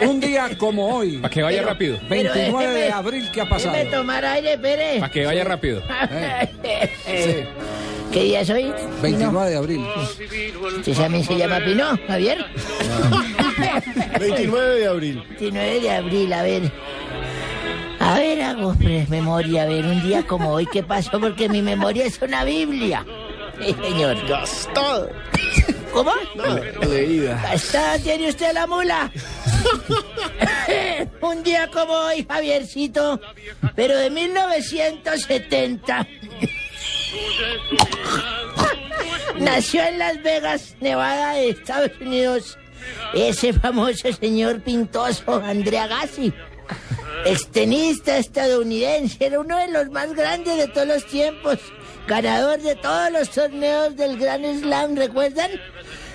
Un día como hoy, Para que vaya Pero- rápido. pero 29 de déjeme- abril, ¿qué ha Déjeme pasado? tomar aire, Pérez. Para que vaya rápido. Sí, ¿Qué día es hoy? 29 de abril. ¿Usted también se llama Pino, Javier? 29 de abril. 29 de abril, a ver. A ver, hago pues, memoria, a ver, un día como hoy, ¿qué pasó? Porque mi memoria es una Biblia. Sí, señor. Gastado. ¿Cómo? Leída. ¿Está, tiene usted la mula? un día como hoy, Javiercito, pero de 1970. Nació en Las Vegas, Nevada, de Estados Unidos, ese famoso señor pintoso, Andrea Gassi. Extenista estadounidense, era uno de los más grandes de todos los tiempos, ganador de todos los torneos del Grand Slam, ¿recuerdan?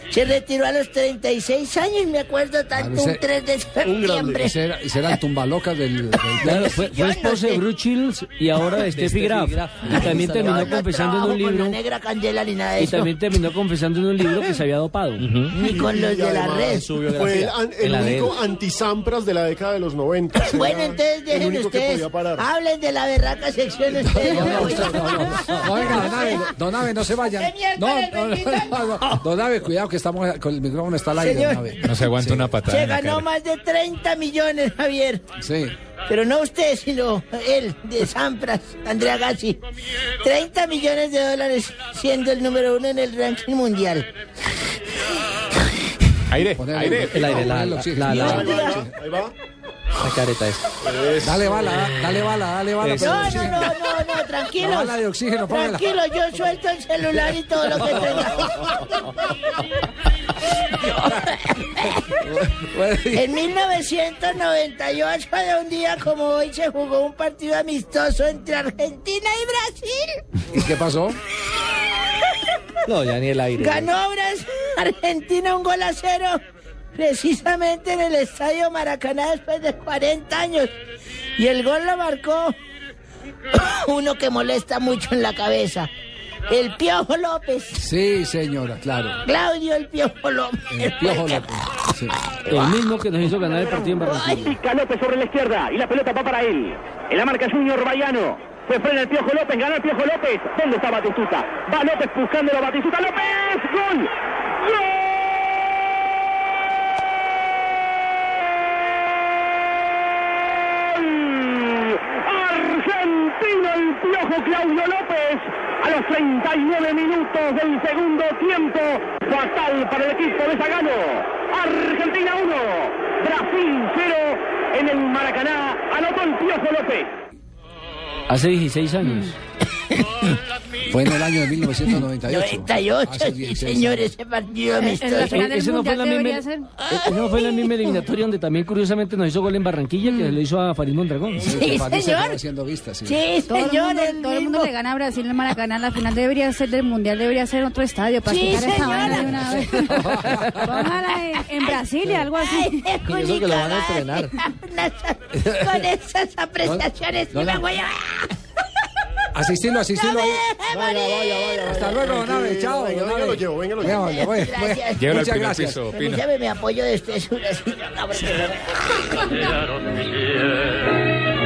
Se retiró a los 36 años, me acuerdo tanto, Ah, ese- un 3 de septiembre. Ese era, ese era el tumbalocas del... del- Claro, fue, Yo fue no esposa sé. de Bruce Shields y ahora de Steffi Graf. Y también Yo terminó no confesando en trabajo con un la libro. negra candela ni nada de Y eso, también terminó confesando en un libro que se había dopado. ni con los de la red. Fue el, an- el En la de único anti-Sampras de la década de los 90. Era Bueno, entonces el dejen único que ustedes, Ah, podía parar. hablen de la berraca sección ustedes. No, venga, don Ave, don Ave, no se vayan. No, no, no, no, don Ave, cuidado que estamos con el micrófono está al aire, don Ave. No se aguanta una patada. Se en la ganó cara. más de 30 millones, Javier. Sí. Pero no usted, sino él, de Sampras, Andrea Gassi. 30 millones de dólares, siendo el número uno en el ranking mundial. Aire, Poner aire. el- aire, la- poner el la- oxígeno. la- la- Ahí va, ahí va. La careta esa. Dale bala, dale bala, dale bala. Eso. pero No, no, oxígeno. no, no, no, tranquilo. La bala de oxígeno, póngala. Tranquilo, yo suelto el celular y todo lo que tenga. Bueno, y- En 1998, de un día como hoy, se jugó un partido amistoso entre Argentina y Brasil. ¿Y qué pasó? No, ya ni el aire. Ganó Brasil, Argentina un gol a cero, precisamente en el estadio Maracaná después de 40 años. Y el gol lo marcó uno que molesta mucho en la cabeza, el Piojo López. Sí, señora, claro. Claudio el Piojo López. El piojo López. Sí. El mismo que nos hizo ganar el partido en Barranquilla. Pica López sobre la izquierda y la pelota va para él. En la marca Junior Bayano. Se frena el Piojo López, gana el Piojo López. ¿Dónde está Batistuta? Va López buscándolo a Batistuta. ¡López! ¡Gol! ¡Gol! Argentino el Piojo Claudio López a los 39 minutos del segundo tiempo. Fatal para el equipo de Zagano. Argentina 1, Brasil 0 en el Maracaná. Anotó el Piojo López. Hace 16 años. Fue en el año de 1998. 98, Hace sí, 16 señor, ese partido amistoso. Eh, Ese no fue la misma, eh, no fue la misma eliminatoria donde también curiosamente nos hizo gol en Barranquilla que se lo hizo a Farid Mondragón. Sí, que Sí, París se señor. estaba haciendo vista, sí. Sí, Todo, el señor, mundo, el todo el mundo mismo. le gana a Brasil en Maracaná. La final debería ser del Mundial, debería ser en otro estadio para Sí, quitar esta señora. vaina de una vez. Póngala en, en Brasil y algo así. Es Y eso que lo van a entrenar. Con esas apreciaciones No, no, me no. voy a... Asistilo, asistilo. ahí. Vaya, vaya, vaya. Hasta vaya. luego, don Ave. Tranquilo, Chao, Venga, don venga, lo Ave. llevo, venga, lo Venga, llevo. vaya, vaya. Gracias. Llévalo al Muchas primer gracias. piso, Pues Pino. este, Escúchame, me apoyo de usted, es una señora, porque no me-